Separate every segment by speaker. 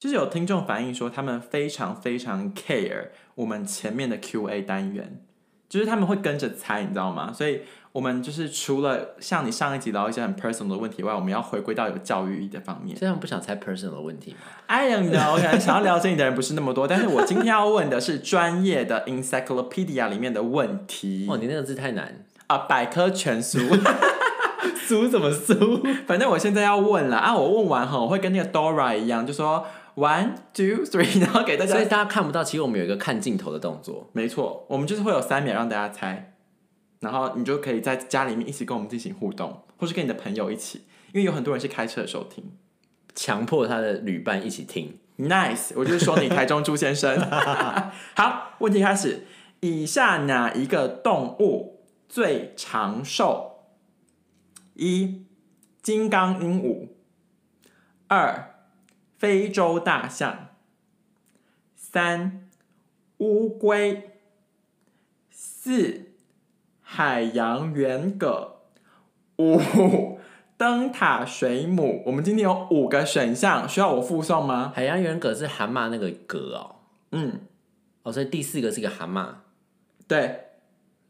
Speaker 1: 就是有听众反映说，他们非常非常 care 我们前面的 Q&A 单元，就是他们会跟着猜，你知道吗？所以我们就是除了像你上一集聊一些很 personal 的问题外，我们要回归到有教育意义的方面。
Speaker 2: 这样不想猜 personal 的问题吗？
Speaker 1: I don't know，可能想要了解你的人不是那么多，但是我今天要问的是专业的 encyclopedia 里面的问题
Speaker 2: 哦，你那个字 太难。
Speaker 1: 啊，百科全书。
Speaker 2: 输怎么输？
Speaker 1: 反正我现在要问了啊，我问完后我会跟那个 Dora 一样，就说 one two three，然后给大家
Speaker 2: 所以。大家看不到，其实我们有一个看镜头的动作。
Speaker 1: 没错，我们就是会有三秒让大家猜，然后你就可以在家里面一起跟我们进行互动，或是跟你的朋友一起，因为有很多人是开车的收听。
Speaker 2: 强迫他的旅伴一起听。
Speaker 1: Nice，我就是说你台中朱先生。好，问题开始。以下哪一个动物最长寿？一、金刚鹦鹉；二、非洲大象；三、乌龟；四、海洋圆蛤；五、灯塔水母。我们今天有五个选项，需要我附送吗？
Speaker 2: 海洋圆蛤是蛤蟆那个蛤哦，
Speaker 1: 嗯，
Speaker 2: 哦，所以第四个是一个蛤蟆，
Speaker 1: 对。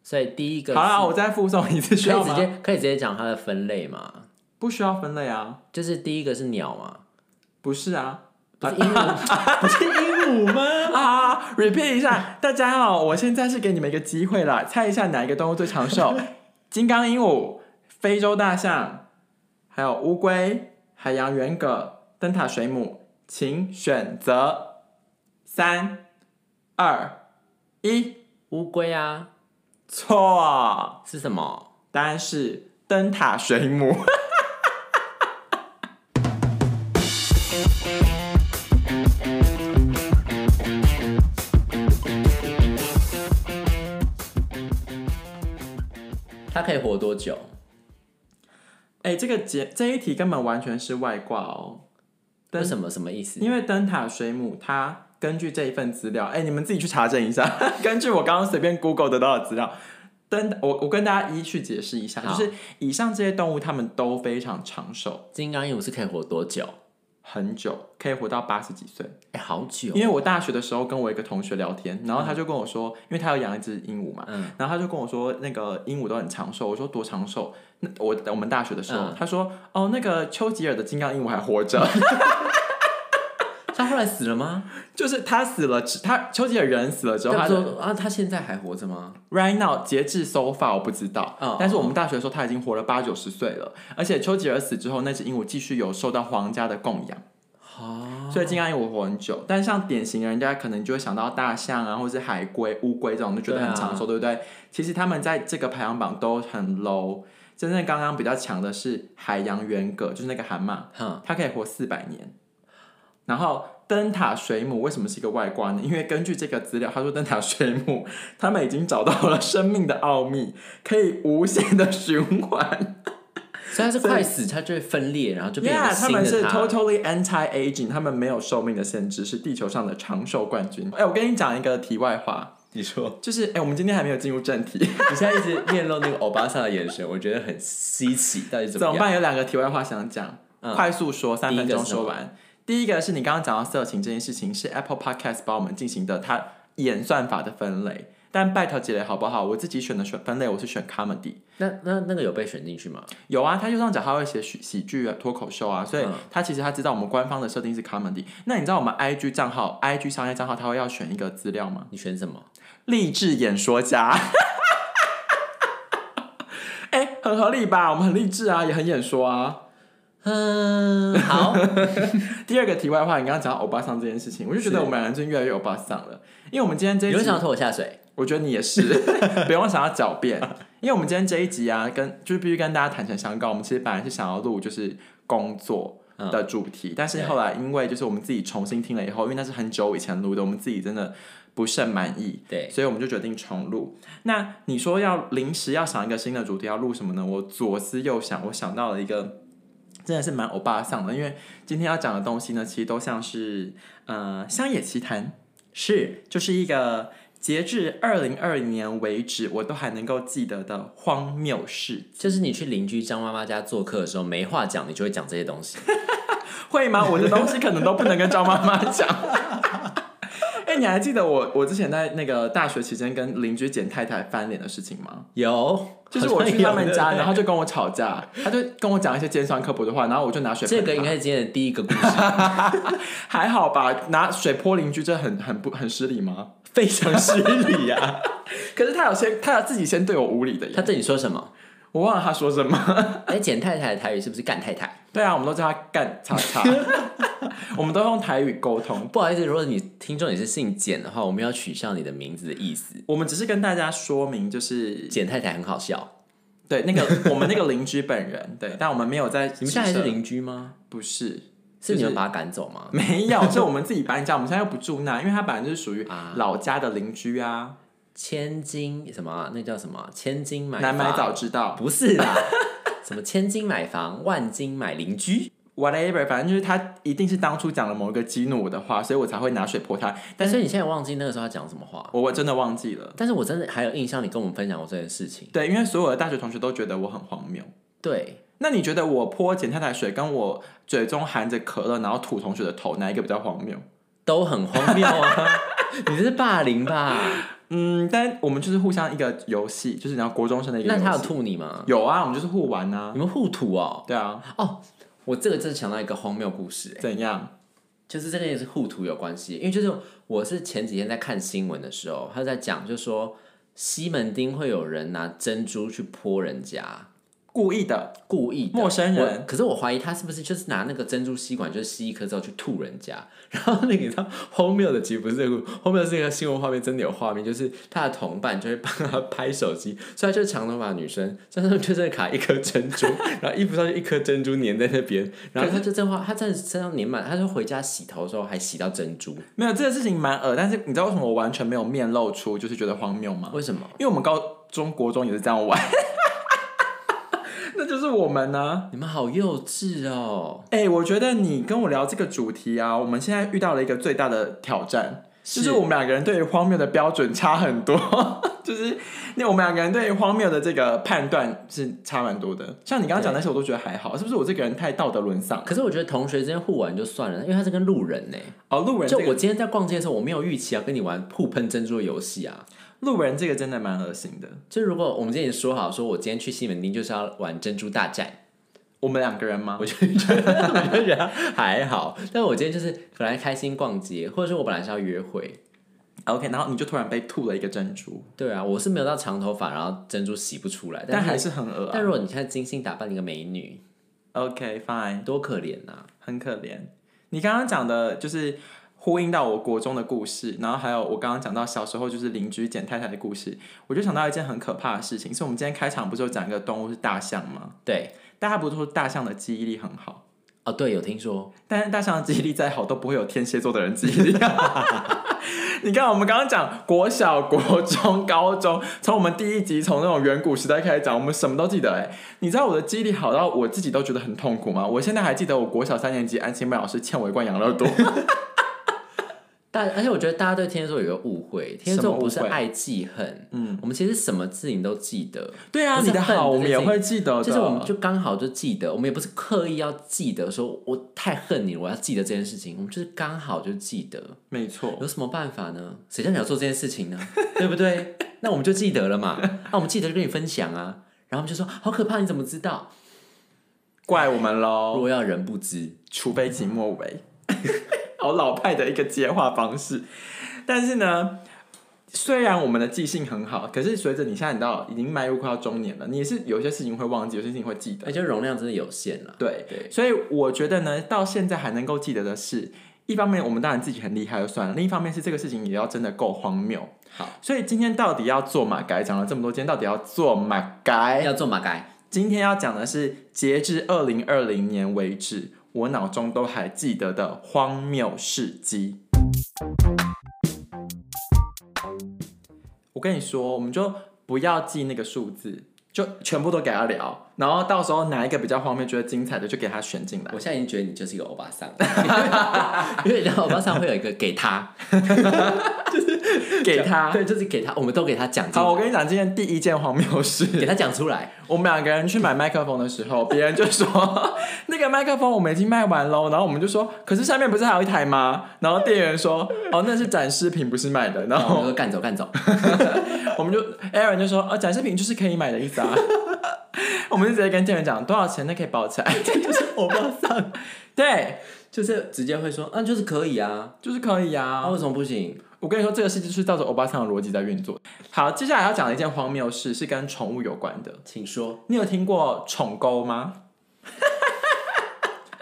Speaker 2: 所以第一个
Speaker 1: 好啦，
Speaker 2: 是
Speaker 1: 我再附送一次，需要
Speaker 2: 可以直
Speaker 1: 吗？
Speaker 2: 接可以直接讲它的分类嘛？
Speaker 1: 不需要分类啊？
Speaker 2: 就是第一个是 鸟嘛，
Speaker 1: 不是啊？
Speaker 2: 不是鹦鹉，不是鹦鹉吗？
Speaker 1: 啊，repeat 一下，大家哦，我现在是给你们一个机会啦，猜一下哪一个动物最长 寿？金刚鹦鹉、非洲大象，还有乌龟、海洋圆蛤、灯塔水母，请选择。三、二、一，
Speaker 2: 乌龟啊，
Speaker 1: 错，
Speaker 2: 是什么？
Speaker 1: 答案是灯塔水母。
Speaker 2: 它可以活多久？
Speaker 1: 哎、这个节这一题根本完全是外挂哦，
Speaker 2: 为什么？什么意思？
Speaker 1: 因为灯塔水母它根据这一份资料，哎、你们自己去查证一下。 根据我刚刚随便 Google 得到的资料，灯我我跟大家一一去解释一下，就
Speaker 2: 好
Speaker 1: 是以上这些动物它们都非常长寿，
Speaker 2: 金刚鹦鹉是可以活多久？
Speaker 1: 很久可以活到八十几岁。
Speaker 2: 哎、好久
Speaker 1: 因为我大学的时候跟我一个同学聊天，然后他就跟我说，因为他有养一只鹦鹉嘛，
Speaker 2: 嗯
Speaker 1: 然后他就跟我说那个鹦鹉都很长寿。我说多长寿？那我我们大学的时候，
Speaker 2: 嗯
Speaker 1: 他说哦，那个丘吉尔的金刚鹦鹉还活着，
Speaker 2: 它后来死了吗？
Speaker 1: 就是他死了之，他丘吉尔人死了之后，他
Speaker 2: 他
Speaker 1: 的
Speaker 2: 说啊，它现在还活着吗？
Speaker 1: right now 截至 so far 我不知道，
Speaker 2: 嗯
Speaker 1: 但是我们大学的时候他已经活了八九十岁了，而且丘吉尔死之后，那只鹦鹉继续有受到皇家的供养。
Speaker 2: 啊，
Speaker 1: 所以金刚鹦鹉活很久，但像典型的人家可能就会想到大象啊，或是海龟、乌龟这种，就觉得
Speaker 2: 对啊
Speaker 1: 很长寿，对不对？其实他们在这个排行榜都很 low。真正刚刚比较强的是海洋圆蛤，就是那个蛤蟆，
Speaker 2: 哼，
Speaker 1: 它可以活四百年。然后灯塔水母为什么是一个外挂呢？因为根据这个资料，他说灯塔水母他们已经找到了生命的奥秘，可以无限的循环。
Speaker 2: 所以它是快死，它就会分裂，然后就变
Speaker 1: Yeah，
Speaker 2: 成
Speaker 1: 他
Speaker 2: 新的
Speaker 1: 们是
Speaker 2: 它
Speaker 1: totally anti aging，他们没有寿命的限制，是地球上的长寿冠军。哎、我跟你讲一个题外话，
Speaker 2: 你说。
Speaker 1: 就是哎、我们今天还没有进入正题，
Speaker 2: 你现在一直面露那个欧巴桑的眼神，我觉得很稀奇，到底怎
Speaker 1: 怎
Speaker 2: 么样？
Speaker 1: 么办？有两个题外话想讲，
Speaker 2: 嗯
Speaker 1: 快速说，三分
Speaker 2: 第一个
Speaker 1: 钟
Speaker 2: 是什么
Speaker 1: 说完。第一个是你刚刚讲到色情这件事情，是 Apple Podcast 帮我们进行的它演算法的分类。但拜托姐姐好不好？我自己选的选分类，我是选 comedy。
Speaker 2: 那那那个有被选进去吗？
Speaker 1: 有啊，他右上角他会写喜喜剧啊、脱口秀啊，所以
Speaker 2: 嗯
Speaker 1: 他其实他知道我们官方的设定是 comedy。那你知道我们 IG 账号、IG 商业账号他会要选一个资料吗？
Speaker 2: 你选什 么？
Speaker 1: 励志演说家。 哎、很合理吧？我们很励志啊，也很演说啊。
Speaker 2: 嗯， 好，
Speaker 1: 第二个题外话，你刚刚讲到欧巴桑这件事情，我就觉得
Speaker 2: 是
Speaker 1: 我们两个最近越来越欧巴桑了。因为我们今天这
Speaker 2: 你
Speaker 1: 一
Speaker 2: 为
Speaker 1: 集
Speaker 2: 什么，要拖我下水？
Speaker 1: 我觉得你也是， 不用想要狡辩。因为我们今天这一集啊，跟就是必须跟大家坦诚相告，我们其实本来是想要录就是工作，
Speaker 2: 嗯，
Speaker 1: 的主题，但是
Speaker 2: 对
Speaker 1: 后来因为就是我们自己重新听了以后，因为那是很久以前录的，我们自己真的不甚满意，
Speaker 2: 对，
Speaker 1: 所以我们就决定重录。那你说要临时要想一个新的主题，要录什么呢？我左思右想，我想到了一个真的是蛮欧巴桑的，因为今天要讲的东西呢，其实都像是呃乡野奇谈，是就是一个截至二零二零年为止我都还能够记得的荒谬事。
Speaker 2: 就是你去邻居张妈妈家做客的时候没话讲，你就会讲这些东西。
Speaker 1: 会吗？我的东西可能都不能跟张妈妈讲。 哎、你还记得我我之前在那个大学期间跟邻居简太太翻脸的事情吗？
Speaker 2: 有，
Speaker 1: 就是
Speaker 2: 好
Speaker 1: 我
Speaker 2: 像
Speaker 1: 去他
Speaker 2: 有
Speaker 1: 们
Speaker 2: 对
Speaker 1: 家，
Speaker 2: 不对
Speaker 1: 然后就跟我吵架，他就跟我讲一些尖酸刻薄的话，然后我就拿水
Speaker 2: 这
Speaker 1: 喷
Speaker 2: 个应
Speaker 1: 他
Speaker 2: 该是今天的第一个故事，
Speaker 1: 还好吧？拿水泼邻居，这很很不很失礼吗？
Speaker 2: 非常失礼 呀。
Speaker 1: 可是他有先他自己先对我无礼的耶，
Speaker 2: 他对你说什么？
Speaker 1: 我忘了他说什么。
Speaker 2: 哎，简太太的台语是不是干太太？
Speaker 1: 对啊，我们都叫他干叉叉， 我们都用台语沟通。
Speaker 2: 不好意思，如果你听众也是姓简的话，我们要取笑你的名字的意思。
Speaker 1: 我们只是跟大家说明，就是
Speaker 2: 简太太很好笑，
Speaker 1: 对那 个我们那个邻居本人，对，但我们没有在。
Speaker 2: 你们现在还是？邻居吗？
Speaker 1: 不是，就是
Speaker 2: 是你们把他赶走吗？
Speaker 1: 没有，是我们自己搬家，我们现在又不住那，因为他本来就是属于
Speaker 2: 啊
Speaker 1: 老家的邻居啊，
Speaker 2: 千金什么啊？那叫什么啊？千金买
Speaker 1: 难买
Speaker 2: 房
Speaker 1: 早知道。
Speaker 2: 不是啦， 什么千金买房，万金买邻居。
Speaker 1: whatever，反正就是他一定是当初讲了某一个激怒我的话，所以我才会拿水泼他。但
Speaker 2: 但
Speaker 1: 是
Speaker 2: 所以你现在忘记那个时候他讲什么话，
Speaker 1: 我我真的忘记了，
Speaker 2: 但是我真的还有印象，你跟我们分享过这件事情。
Speaker 1: 对，因为所有的大学同学都觉得我很荒谬。
Speaker 2: 对，
Speaker 1: 那你觉得我泼简太太水，跟我嘴中含着可乐然后吐同学的头，哪一个比较荒谬？
Speaker 2: 都很荒谬啊！ 你这是霸凌吧？
Speaker 1: 嗯，但我们就是互相一个游戏，就是你要国中生的一个
Speaker 2: 那他
Speaker 1: 游
Speaker 2: 有
Speaker 1: 戏。
Speaker 2: 吐你吗？
Speaker 1: 有啊，我们就是互玩啊。
Speaker 2: 你们互吐哦。
Speaker 1: 对啊，
Speaker 2: 哦，我这个真的想到一个荒谬故事、欸，
Speaker 1: 怎样？
Speaker 2: 就是这个也是互吐有关系，因为就是我是前几天在看新闻的时候，他在讲，就说西门町会有人拿珍珠去泼人家。
Speaker 1: 故意的，
Speaker 2: 故意的
Speaker 1: 陌生人
Speaker 2: 我可是我怀疑他是不是就是拿那个珍珠吸管，就是吸一颗之后去吐人家。 然后那个你知道荒谬的其实不是这个，荒谬的是那个新闻画面真的有画面，就是他的同伴就会帮他拍手机，所以他就是长头发女生，身上就是卡一颗珍珠， 然后衣服上就一颗珍珠粘在那边，然后他就真话，他真的身上粘满，他就回家洗头的时候还洗到珍珠，
Speaker 1: 没有这个事情蛮恶，但是你知道为什么我完全没有面露出，就是觉得荒谬吗？
Speaker 2: 为什么？
Speaker 1: 因为我们高中国中也是这样玩， 那就是我们呢、
Speaker 2: 你们好幼稚哦！
Speaker 1: 哎、我觉得你跟我聊这个主题啊，我们现在遇到了一个最大的挑战，就是
Speaker 2: 是
Speaker 1: 我们两个人对于荒谬的标准差很多， 就是那我们两个人对于荒谬的这个判断是差蛮多的。像你刚刚讲那些，我都觉得还好，是不是我这个人太道德沦丧？
Speaker 2: 可是我觉得同学之间互玩就算了，因为他是跟路人呢、
Speaker 1: 哦，路人这
Speaker 2: 就
Speaker 1: 个
Speaker 2: 我今天在逛街的时候，我没有预期要跟你玩互喷珍珠的游戏啊。
Speaker 1: 路人这个真的蛮恶心的。
Speaker 2: 就如果我们今天也说好，说我今天去西门町就是要玩珍珠大战，
Speaker 1: 我们两个人吗？
Speaker 2: 我就觉得我就觉得还好。但我今天就是本来开心逛街，或者是我本来是要约会，
Speaker 1: OK，然后你就突然被吐了一个珍珠，
Speaker 2: 对啊，我是没有到长头发，然后珍珠洗不出来，
Speaker 1: 但
Speaker 2: 但
Speaker 1: 还
Speaker 2: 是
Speaker 1: 是很恶、
Speaker 2: 但
Speaker 1: 啊。
Speaker 2: 如果你现在精心打扮一个美女，
Speaker 1: OK，fine，、
Speaker 2: 多可怜呐、
Speaker 1: 很可怜。你刚刚讲的就是呼应到我国中的故事，然后还有我刚刚讲到小时候就是邻居简太太的故事，我就想到一件很可怕的事情，是我们今天开场不是有讲一个动物是大象吗？
Speaker 2: 啊对，
Speaker 1: 大家不是说大象的记忆力很好，
Speaker 2: 哦对，有听说，
Speaker 1: 但是大象的记忆力再好都不会有天蝎座的人记忆力。 你看，我们刚刚讲国小、国中、高中，从我们第一集从那种远古时代开始讲，我们什么都记得、哎，你知道我的记忆力好到我自己都觉得很痛苦吗？我现在还记得我国小三年级安心妹老师欠我一罐养乐 多。
Speaker 2: 但而且我觉得大家对天蝎座有个误会，天蝎
Speaker 1: 什
Speaker 2: 座
Speaker 1: 么误
Speaker 2: 不是
Speaker 1: 会
Speaker 2: 爱记恨，
Speaker 1: 嗯，
Speaker 2: 我们其实什么事情都记得，
Speaker 1: 对啊，
Speaker 2: 不是
Speaker 1: 你的
Speaker 2: 恨
Speaker 1: 好我们也
Speaker 2: 这件
Speaker 1: 会记得的。
Speaker 2: 就是我们就刚好就记得，我们也不是刻意要记得说我太恨你了，我要记得这件事情，我们就是刚好就记得，
Speaker 1: 没错，
Speaker 2: 有什么办法呢？谁叫你要做这件事情呢？ 对不对？那我们就记得了嘛， 那、我们记得就跟你分享啊。然后我们就说好可怕，你怎么知道？
Speaker 1: 怪我们喽，
Speaker 2: 若要人不知，
Speaker 1: 除非己莫为。 好老派的一个接话方式，但是呢，虽然我们的记性很好，可是随着你现在你知道已经迈入快要中年了，你也是有些事情会忘记，有些事情会记得。
Speaker 2: 而且哎容量真的有限了。
Speaker 1: 对，
Speaker 2: 对，
Speaker 1: 所以我觉得呢，到现在还能够记得的是，一方面我们当然自己很厉害就算了，另一方面是这个事情也要真的够荒谬。
Speaker 2: 好，
Speaker 1: 所以今天到底要做马改，讲了这么多，今天到底要做马改？
Speaker 2: 哎要做马改，
Speaker 1: 今天要讲的是截至二零二零年为止，我脑中都还记得的荒谬事迹。我跟你说，我们就不要记那个数字，就全部都给他聊，然后到时候哪一个比较荒谬、觉得精彩的，就给他选进来。
Speaker 2: 我现在已经觉得你就是一个欧巴桑了，因为你知道欧巴桑会有一个给他，就是
Speaker 1: 给他。
Speaker 2: 对，就是给他，我们都给他讲进，
Speaker 1: 好，我跟你讲，今天第一件荒谬
Speaker 2: 给
Speaker 1: 事，
Speaker 2: 他讲出来。
Speaker 1: 我们两个人去买麦克风的时候，别人就说 那个麦克风我们已经卖完喽，然后我们就说，可是下面不是还有一台吗？然后店员说，哦，那是展示品，不是卖的。然
Speaker 2: 然后我
Speaker 1: 后
Speaker 2: 们就干走干走，
Speaker 1: 我们就 Aaron 就说，呃，展示品就是可以买的意思啊。 我们就直接跟店员讲多少钱，那可以包起来。
Speaker 2: 就是我不知道上，
Speaker 1: 对，
Speaker 2: 就是直接会说，啊，就是可以啊，
Speaker 1: 就是可以啊
Speaker 2: 啊，。为什么不行？
Speaker 1: 我跟你说，这个事就是照着欧巴桑的逻辑在运作。好，接下来要讲的一件荒谬事是跟宠物有关的。
Speaker 2: 请说，
Speaker 1: 你有听过宠沟吗？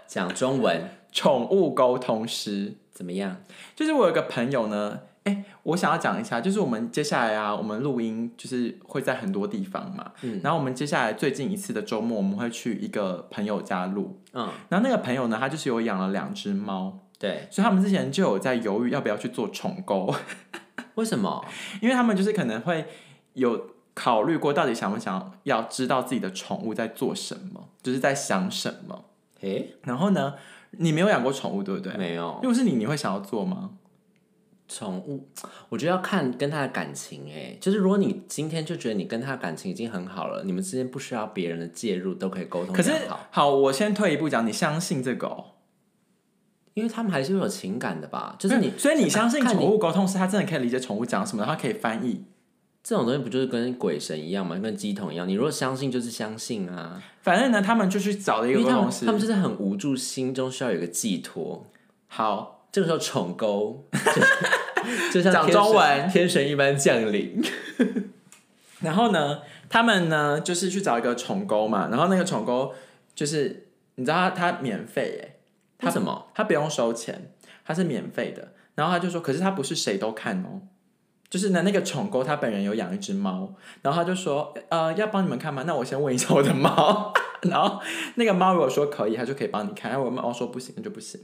Speaker 2: 讲中文
Speaker 1: 宠物沟通师，
Speaker 2: 怎么样？
Speaker 1: 就是我有个朋友呢，哎、我想要讲一下，就是我们接下来啊，我们录音就是会在很多地方嘛，
Speaker 2: 嗯
Speaker 1: 然后我们接下来最近一次的周末，我们会去一个朋友家录，
Speaker 2: 嗯，
Speaker 1: 然后那个朋友呢，他就是有养了两只猫，
Speaker 2: 对，
Speaker 1: 所以他们之前就有在犹豫要不要去做宠沟，
Speaker 2: 为什么？
Speaker 1: 因为他们就是可能会有考虑过到底想不想要知道自己的宠物在做什么，就是在想什么。
Speaker 2: 诶，
Speaker 1: 然后呢，你没有养过宠物对不对？
Speaker 2: 没有
Speaker 1: 如果是你，你会想要做吗？
Speaker 2: 宠物，我觉得要看跟他的感情、诶，就是如果你今天就觉得你跟他的感情已经很好了，你们之间不需要别人的介入，都可以沟通
Speaker 1: 可是
Speaker 2: 良好，
Speaker 1: 好，我先退一步讲，你相信这个、哦？
Speaker 2: 因为他们还是会有情感的吧？就是你
Speaker 1: 嗯所以你相信
Speaker 2: 看
Speaker 1: 宠
Speaker 2: 你
Speaker 1: 物沟通是他真的可以理解宠物讲什么，然后他可以翻译。
Speaker 2: 这种东西不就是跟鬼神一样吗？跟鸡桶一样，你如果相信就是相信啊，
Speaker 1: 反正呢，他们就去找了一
Speaker 2: 因
Speaker 1: 个
Speaker 2: 为
Speaker 1: 沟
Speaker 2: 他们
Speaker 1: 通师
Speaker 2: 他。们就是很无助，心中需要有一个寄托。
Speaker 1: 好，
Speaker 2: 这个时候宠沟， 就就像
Speaker 1: 讲
Speaker 2: 天神
Speaker 1: 中文
Speaker 2: 天神一般降临。
Speaker 1: 然后呢，他们呢就是去找一个宠沟嘛，然后那个宠沟就是你知道他他免费耶、
Speaker 2: 他什么？
Speaker 1: 他不用收钱，他是免费的。然后他就说，可是他不是谁都看哦，就是呢那个宠沟他本人有养一只猫，然后他就说，呃，要帮你们看吗？那我先问一下我的猫。 然后那个猫如果说可以，他就可以帮你看；，如果猫说不行，那就不行。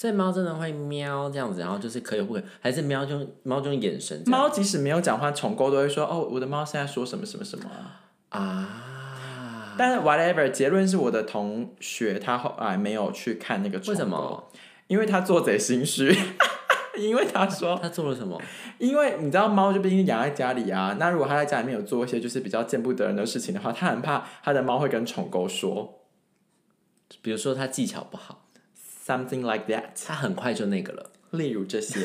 Speaker 2: 所以猫真的会喵这样子，然后就是可有不可，还是喵就猫就用眼神这样
Speaker 1: 猫即使没有讲话，宠沟都会说哦，我的猫现在说什么什么什么、啊。
Speaker 2: 啊？
Speaker 1: 但是 whatever，结论是我的同学他后来没有去看那个宠沟，
Speaker 2: 为什？么？
Speaker 1: 因为他做贼心虚， 因为他说，
Speaker 2: 他做了什么？
Speaker 1: 因为你知道猫就毕竟养在家里啊，那如果他在家里面有做一些就是比较见不得人的事情的话，他很怕他的猫会跟宠沟说
Speaker 2: 比如说他技巧不好，
Speaker 1: something like that，
Speaker 2: 他很快就那个了。
Speaker 1: 例如这些。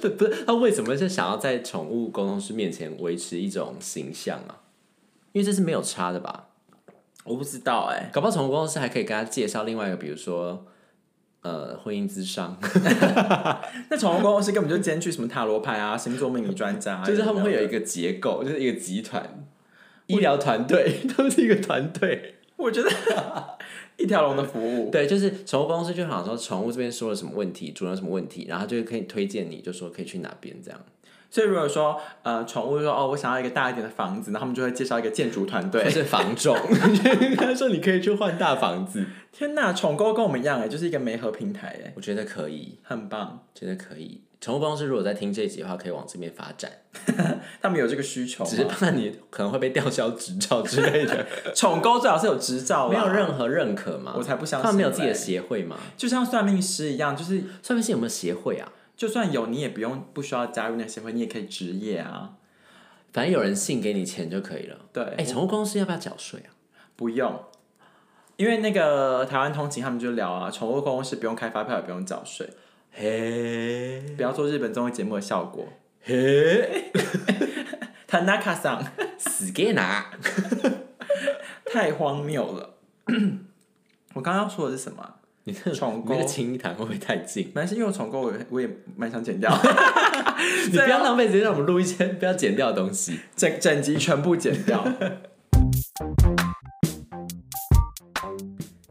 Speaker 2: 对，不是他为什么是想要在宠物沟通师面前维持一种形象啊？因为这是没有差的吧？
Speaker 1: 我不知道哎、
Speaker 2: 搞不好宠物沟通师还可以跟他介绍另外一个，比如说呃婚姻之商，
Speaker 1: 那宠物公司根本就兼具什么塔罗牌啊、星座命理专家、啊，
Speaker 2: 就是他们会
Speaker 1: 有
Speaker 2: 有一个结构，就是一个集团医疗团队， 他们是一个团队。
Speaker 1: 没有，我觉得 一条龙的服务。
Speaker 2: 对，就是宠物公司就好像说宠物这边说了什么问题，主人有什么问题，然后就可以推荐你，就说可以去哪边这样，
Speaker 1: 所以如果说呃，宠物说哦，我想要一个大一点的房子，那他们就会介绍一个建筑团
Speaker 2: 就
Speaker 1: 队。
Speaker 2: 是房仲， 他说你可以去换大房子，
Speaker 1: 天哪，宠购跟我们一样哎，就是一个媒合平台哎，
Speaker 2: 我觉得可以，
Speaker 1: 很棒，
Speaker 2: 觉得可以。宠物公司如果在听这集的话，可以往这边发展，
Speaker 1: 他们有这个需求吗。
Speaker 2: 只是怕你可能会被吊销执照之 类的，
Speaker 1: 宠购最好是有执照啦，啊
Speaker 2: 没有任何认可嘛？
Speaker 1: 我才不相信
Speaker 2: 他们没有自己的
Speaker 1: 嘞
Speaker 2: 协会嘛？
Speaker 1: 就像算命师一样，就是
Speaker 2: 算命师有没有协会啊？
Speaker 1: 就算有，你也不用不需要加入那个协会，你也可以职业啊。
Speaker 2: 反正有人信给你钱就可以了。
Speaker 1: 对，
Speaker 2: 哎、宠物公司要不要缴税啊？
Speaker 1: 不用，因为那个台湾通勤他们就聊啊，宠物公司不用开发票，也不用缴税，
Speaker 2: 嘿，
Speaker 1: 不要做日本综艺节目的效果。
Speaker 2: 嘿，
Speaker 1: Tanaka 桑
Speaker 2: 死给拿！
Speaker 1: 太荒谬了。 我刚刚说的是什么啊？
Speaker 2: 你那
Speaker 1: 宠
Speaker 2: 你那
Speaker 1: 物
Speaker 2: 个清一会不会太 近？
Speaker 1: 蛮是因为我宠购，我也我也蛮想剪掉，啊
Speaker 2: 你不要浪费时间，让我们录一些不要剪掉的东 西。
Speaker 1: 整整集全部剪掉。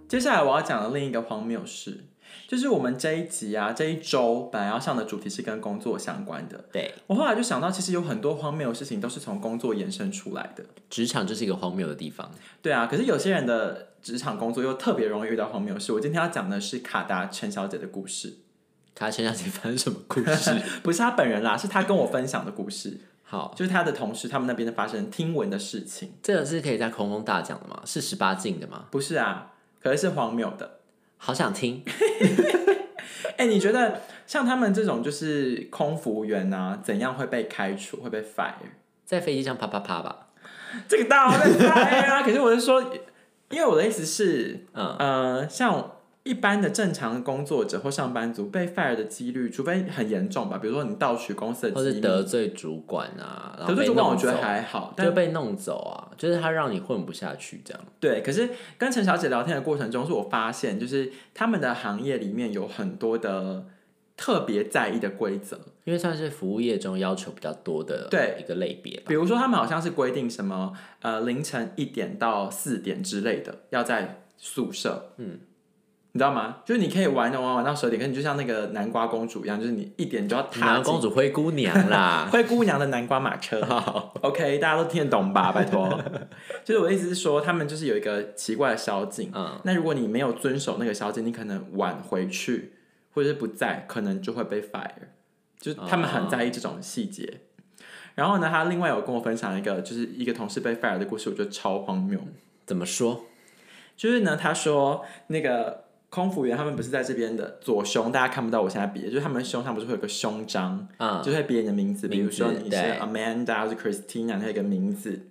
Speaker 1: 接下来我要讲的另一个荒谬事，就是我们这一集啊，这一周本来要上的主题是跟工作相关的。
Speaker 2: 对，
Speaker 1: 我后来就想到，其实有很多荒谬的事情都是从工作延伸出来的。
Speaker 2: 职场就是一个荒谬的地方。
Speaker 1: 对啊，可是有些人的职场工作又特别容易遇到荒谬事。我今天要讲的是卡达陈小姐的故事，
Speaker 2: 卡陈小姐发生什么 故事？
Speaker 1: 不是她本人啦，是她跟我分享的故事，
Speaker 2: 好，
Speaker 1: 就是她的同事他们那边的发生听闻的事情。
Speaker 2: 这个是可以在空中大讲的吗？是十八禁的吗？
Speaker 1: 不是啊，可是是荒谬的。
Speaker 2: 好想听。
Speaker 1: 哎、你觉得像他们这种就是空服员啊，怎样会被开除，会被 fire？
Speaker 2: 在飞机上啪啪啪吧，
Speaker 1: 这个当然会被 fire 啊！可 是我是说，因为我的意思是，
Speaker 2: 嗯，
Speaker 1: 呃，像一般的正常工作者或上班族被 fire 的几率，除非很严重吧，比如说你盗取公司
Speaker 2: 或
Speaker 1: 的
Speaker 2: 是
Speaker 1: 机密，
Speaker 2: 得罪主管啊，然后
Speaker 1: 得罪
Speaker 2: 被
Speaker 1: 主管我
Speaker 2: 弄
Speaker 1: 觉
Speaker 2: 走
Speaker 1: 得，还好，但
Speaker 2: 就被弄走啊，就是他让你混不下去这样，
Speaker 1: 对，可是跟陈小姐聊天的过程中，是我发现，就是他们的行业里面有很多的特别在意的规则，
Speaker 2: 因为算是服务业中要求比较多的
Speaker 1: 对
Speaker 2: 一个类别吧
Speaker 1: 比。如说他们好像是规定什么，呃，凌晨一点到四点之类的要在宿舍，
Speaker 2: 嗯，
Speaker 1: 你知道吗？就是你可以玩玩玩玩到十点，可是你就像那个南瓜公主一样，就是你一点就要踏
Speaker 2: 南
Speaker 1: 进
Speaker 2: 公主灰姑娘 啦，
Speaker 1: 灰姑娘的南瓜马车。OK，大家都听得懂吧？拜托， 就是我的意思是说，他们就是有一个奇怪的宵禁，
Speaker 2: 嗯，
Speaker 1: 那如果你没有遵守那个宵禁，你可能晚回去或者是不在，可能就会被 fire。就是他们很在意这种细节。然后呢，他另外有跟我分享一个，就是一个同事被 fire 的故事，我觉得超荒谬。
Speaker 2: 怎么说？
Speaker 1: 就是呢，他说那个空服员他们不是在这边的左胸，大家看不到我现在比，就是他们胸上不是会有个胸章，
Speaker 2: 嗯，
Speaker 1: 就会别人的名字，比如说
Speaker 2: 名字
Speaker 1: 你是
Speaker 2: 对
Speaker 1: Amanda 或是 Christina 那个名字。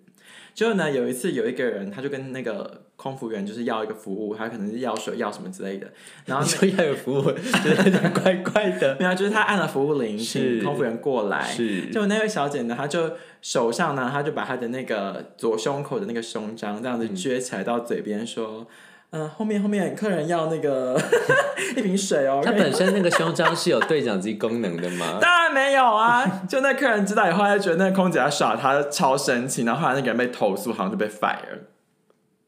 Speaker 1: 就呢，有一次有一个人，他就跟那个空服员就是要一个服务，他可能是要水要什么之类的，然后
Speaker 2: 你说要有服务， 觉得有点怪怪的，
Speaker 1: 没有，就是他按了服务铃，
Speaker 2: 是
Speaker 1: 请空服员过来。
Speaker 2: 是
Speaker 1: 就那位小姐呢，她就手上呢，她就把她的那个左胸口的那个胸章这样
Speaker 2: 嗯
Speaker 1: 子撅起来到嘴边说。嗯，后面后面客人要那个 一瓶水 哦，
Speaker 2: 它本 身那个胸章是有对讲机功能的吗？
Speaker 1: 当然没有啊！ 就那客人知道以后，他就觉得那个空姐在耍他，超生气。然后后来那个人被投诉，好像就被 fire 了。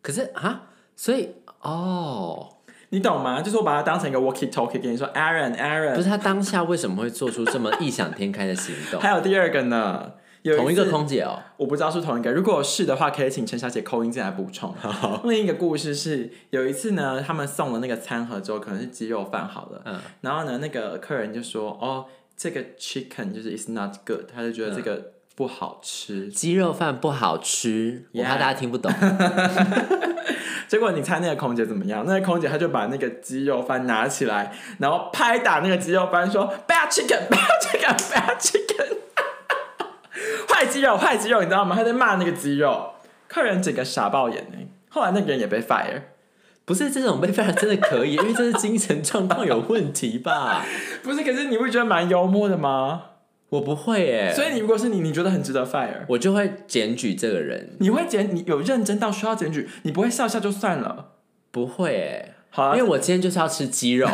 Speaker 2: 可是啊，所以哦，
Speaker 1: 你懂吗？就是我把它当成一个 walkie talkie 跟你说
Speaker 2: 不是
Speaker 1: ，Aaron，Aaron。
Speaker 2: 他当下为什么会做出这么异想天开的行动？
Speaker 1: 还有第二个呢， 有
Speaker 2: 同一
Speaker 1: 次
Speaker 2: 个空姐哦，
Speaker 1: 我不知道是不是同一个，如果是的话，可以请陈小姐扣音进来补充。另一个故事是，有一次呢，他们送了那个餐盒之后，可能是鸡肉饭好了，
Speaker 2: 嗯
Speaker 1: 然后呢，那个客人就说：“哦，这个 chicken 就是 is not good，他就觉得这个不好吃。
Speaker 2: 鸡肉饭不好吃，我
Speaker 1: Yeah
Speaker 2: 怕大家听不懂。
Speaker 1: 结果你猜那个空姐怎么样？那个空姐她就把那个鸡肉饭拿起来，然后拍打那个鸡肉饭， 说 “bad chicken, bad chicken, bad chicken”，坏鸡肉，坏鸡肉，你知道吗？她在骂那个鸡肉，客人整个傻爆眼哎、后来那个人也被 fire，
Speaker 2: 不是这种被 f 真的可以，因为这是精神状况有问题吧？
Speaker 1: 不是？可是你不觉得蛮幽默的吗？
Speaker 2: 我不会耶，
Speaker 1: 所以你如果是你，你觉得很值得 fire，
Speaker 2: 我就会检举这个人，
Speaker 1: 你会检，你有认真到需要检举，你不会笑笑就算了。
Speaker 2: 不会耶。
Speaker 1: 好啊
Speaker 2: 因为我今天就是要吃鸡肉，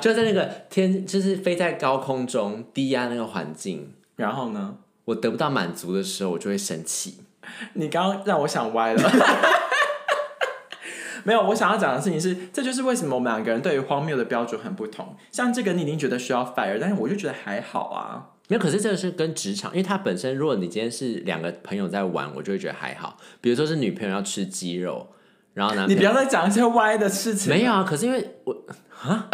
Speaker 2: 就在那个天，就是飞在高空中低压那个环境，
Speaker 1: 然后呢？
Speaker 2: 我得不到满足的时候，我就会生气。
Speaker 1: 你刚刚让我想歪了。 没有，我想要讲的事情是，这就是为什么我们两个人对于荒谬的标准很不同。像这个，你已经觉得需要 fire，但是我就觉得还好啊。
Speaker 2: 没有，可是这个是跟职场，因为它本身，如果你今天是两个朋友在玩，我就会觉得还好。比如说是女朋友要吃鸡肉，然后男
Speaker 1: 你
Speaker 2: 朋
Speaker 1: 不
Speaker 2: 友
Speaker 1: 要再讲一些歪的事 情。
Speaker 2: 没有啊，可是因为我啊，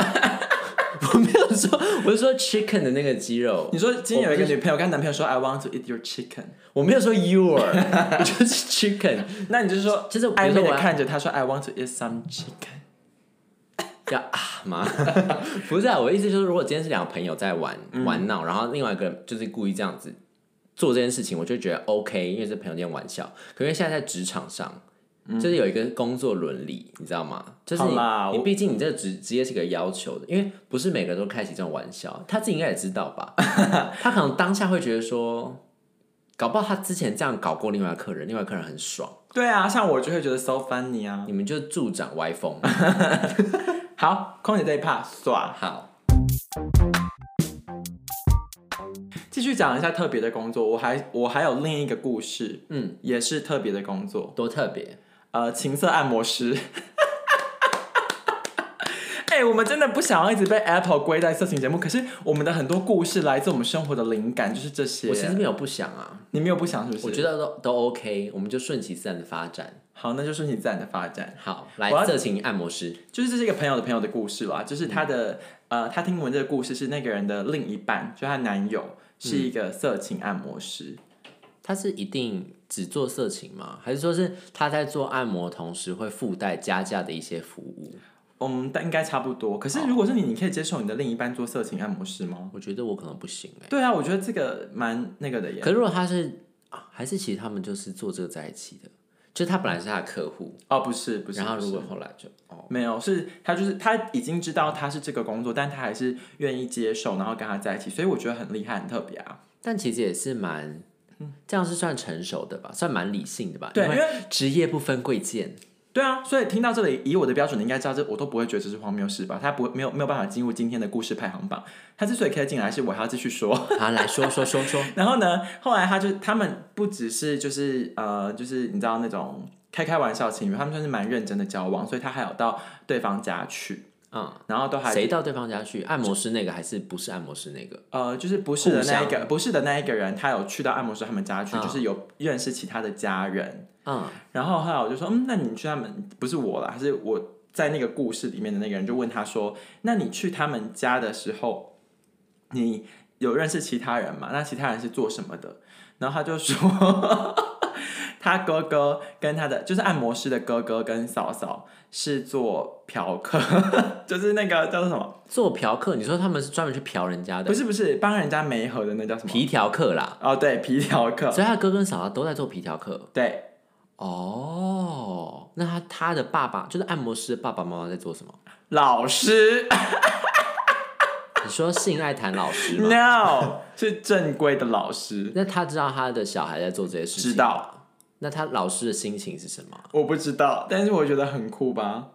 Speaker 2: 我没有说，我是说 chicken 的那个鸡肉
Speaker 1: 你，说今天有一个女朋友跟男朋友说 “I want to eat your chicken”，
Speaker 2: 我没有说 your，我就是 chicken，
Speaker 1: 那你就说，
Speaker 2: 就是比如说
Speaker 1: 暧昧
Speaker 2: 我
Speaker 1: 的
Speaker 2: 要
Speaker 1: 看着他说 “I want to eat some chicken”。
Speaker 2: 要啊嘛， 不是啊，我的意思就是，如果今天是两个朋友在玩、
Speaker 1: 嗯
Speaker 2: 玩闹，然后另外一个人就是故意这样子做这件事情，我就觉得 OK，因为是朋友间玩笑。可是现在在职场上，就是有一个工作伦理，你知道吗？就是
Speaker 1: 嗯
Speaker 2: 你
Speaker 1: 好啦，
Speaker 2: 你
Speaker 1: 我
Speaker 2: 毕竟你这个职职业是个要求的，因为不是每个人都开起这种玩笑，他自己应该也知道 吧？他可能当下会觉得说。搞不好他之前这样搞过另外一个客人，另外一个客人很爽，
Speaker 1: 对啊，像我就会觉得 so funny 啊。
Speaker 2: 你们就助长 歪风。
Speaker 1: 好，空姐这一趴算。
Speaker 2: 好，
Speaker 1: 继续讲一下特别的工作，我还我还有另一个故事，
Speaker 2: 嗯，
Speaker 1: 也是特别的工作。
Speaker 2: 多特别，
Speaker 1: 呃，情色按摩师。 哎、我们真的不想要一直被 Apple 归在色情节目，可是我们的很多故事来自我们生活的灵感，就是这些。
Speaker 2: 我其实没有不想啊，
Speaker 1: 你没有不想是不是？
Speaker 2: 我觉得都都 OK，我们就顺其自然的发展。
Speaker 1: 好，那就是你自然的发展。
Speaker 2: 好，来
Speaker 1: 我要
Speaker 2: 色情按摩师，
Speaker 1: 就是这是一个朋友的朋友的故事啦，就是他的、呃，他听闻这个故事是那个人的另一半，就她男友是一个色情按摩师，
Speaker 2: 他是一定只做色情吗？还是说是他在做按摩同时会附带加价的一些服务？
Speaker 1: 嗯，但应该差不多。可是如果是你，你可以接受你的另一半做色情按摩师吗？
Speaker 2: 我觉得我可能不行哎、
Speaker 1: 对啊，我觉得这个蛮那个的耶。
Speaker 2: 可是如果他是、啊还是其实他们就是做这个在一起的，就他本来是他的客户，
Speaker 1: 哦，不是不是，
Speaker 2: 然后
Speaker 1: 不
Speaker 2: 如
Speaker 1: 是
Speaker 2: 果后来就哦，
Speaker 1: 没有，是他就是他已经知道他是这个工作，但他还是愿意接受，然后跟他在一起，所以我觉得很厉害，很特别啊。
Speaker 2: 但其实也是蛮，这样是算成熟的吧，算蛮理性的吧，
Speaker 1: 嗯对，
Speaker 2: 因
Speaker 1: 因
Speaker 2: 为
Speaker 1: 为
Speaker 2: 职业不分贵贱，
Speaker 1: 对啊，所以听到这里，以我的标准，你应该知道这我都不会觉得这是荒谬事吧？他不没有没有办法进入今天的故事排行榜，他之所以可以进来，是 我还要继续说。
Speaker 2: 好来说说说说，
Speaker 1: 然后呢，后来他就他们不只是就是呃，就是你知道那种开开玩笑情侣，他们算是蛮认真的交往，所以他还有到对方家去，
Speaker 2: 嗯，
Speaker 1: 然后都还
Speaker 2: 谁到对方家去？按摩师那个还是不是按摩师那个？
Speaker 1: 呃，就是不是的那一
Speaker 2: 互
Speaker 1: 个不是的那一个人，他有去到按摩师他们家去，
Speaker 2: 嗯
Speaker 1: 就是有认识其他的家人。
Speaker 2: 嗯，
Speaker 1: 然后后来我就说，嗯，那你去他们不是我啦，还是我在那个故事里面的那个人就问他说，那你去他们家的时候，你有认识其他人吗？那其他人是做什么的？然后他就说， 他哥哥跟他的就是按摩师的哥哥跟嫂嫂是做嫖客， 就是那个叫做什么？
Speaker 2: 做嫖客，你说他们是专门去嫖人家的
Speaker 1: 不是不是，帮人家媒合的那叫什么？
Speaker 2: 皮条客啦，
Speaker 1: 哦，对，皮条客，
Speaker 2: 所以他哥跟嫂嫂都在做皮条客。
Speaker 1: 对，
Speaker 2: 哦，那他他的爸爸就是按摩师的爸爸妈妈在做什么？
Speaker 1: 老师。
Speaker 2: 你说性爱谈老师 吗？
Speaker 1: No，是正规的老师。
Speaker 2: 那他知道他的小孩在做这些事情？
Speaker 1: 知。道，
Speaker 2: 那他老师的心情是什么？
Speaker 1: 我不知道，但是我觉得很酷吧？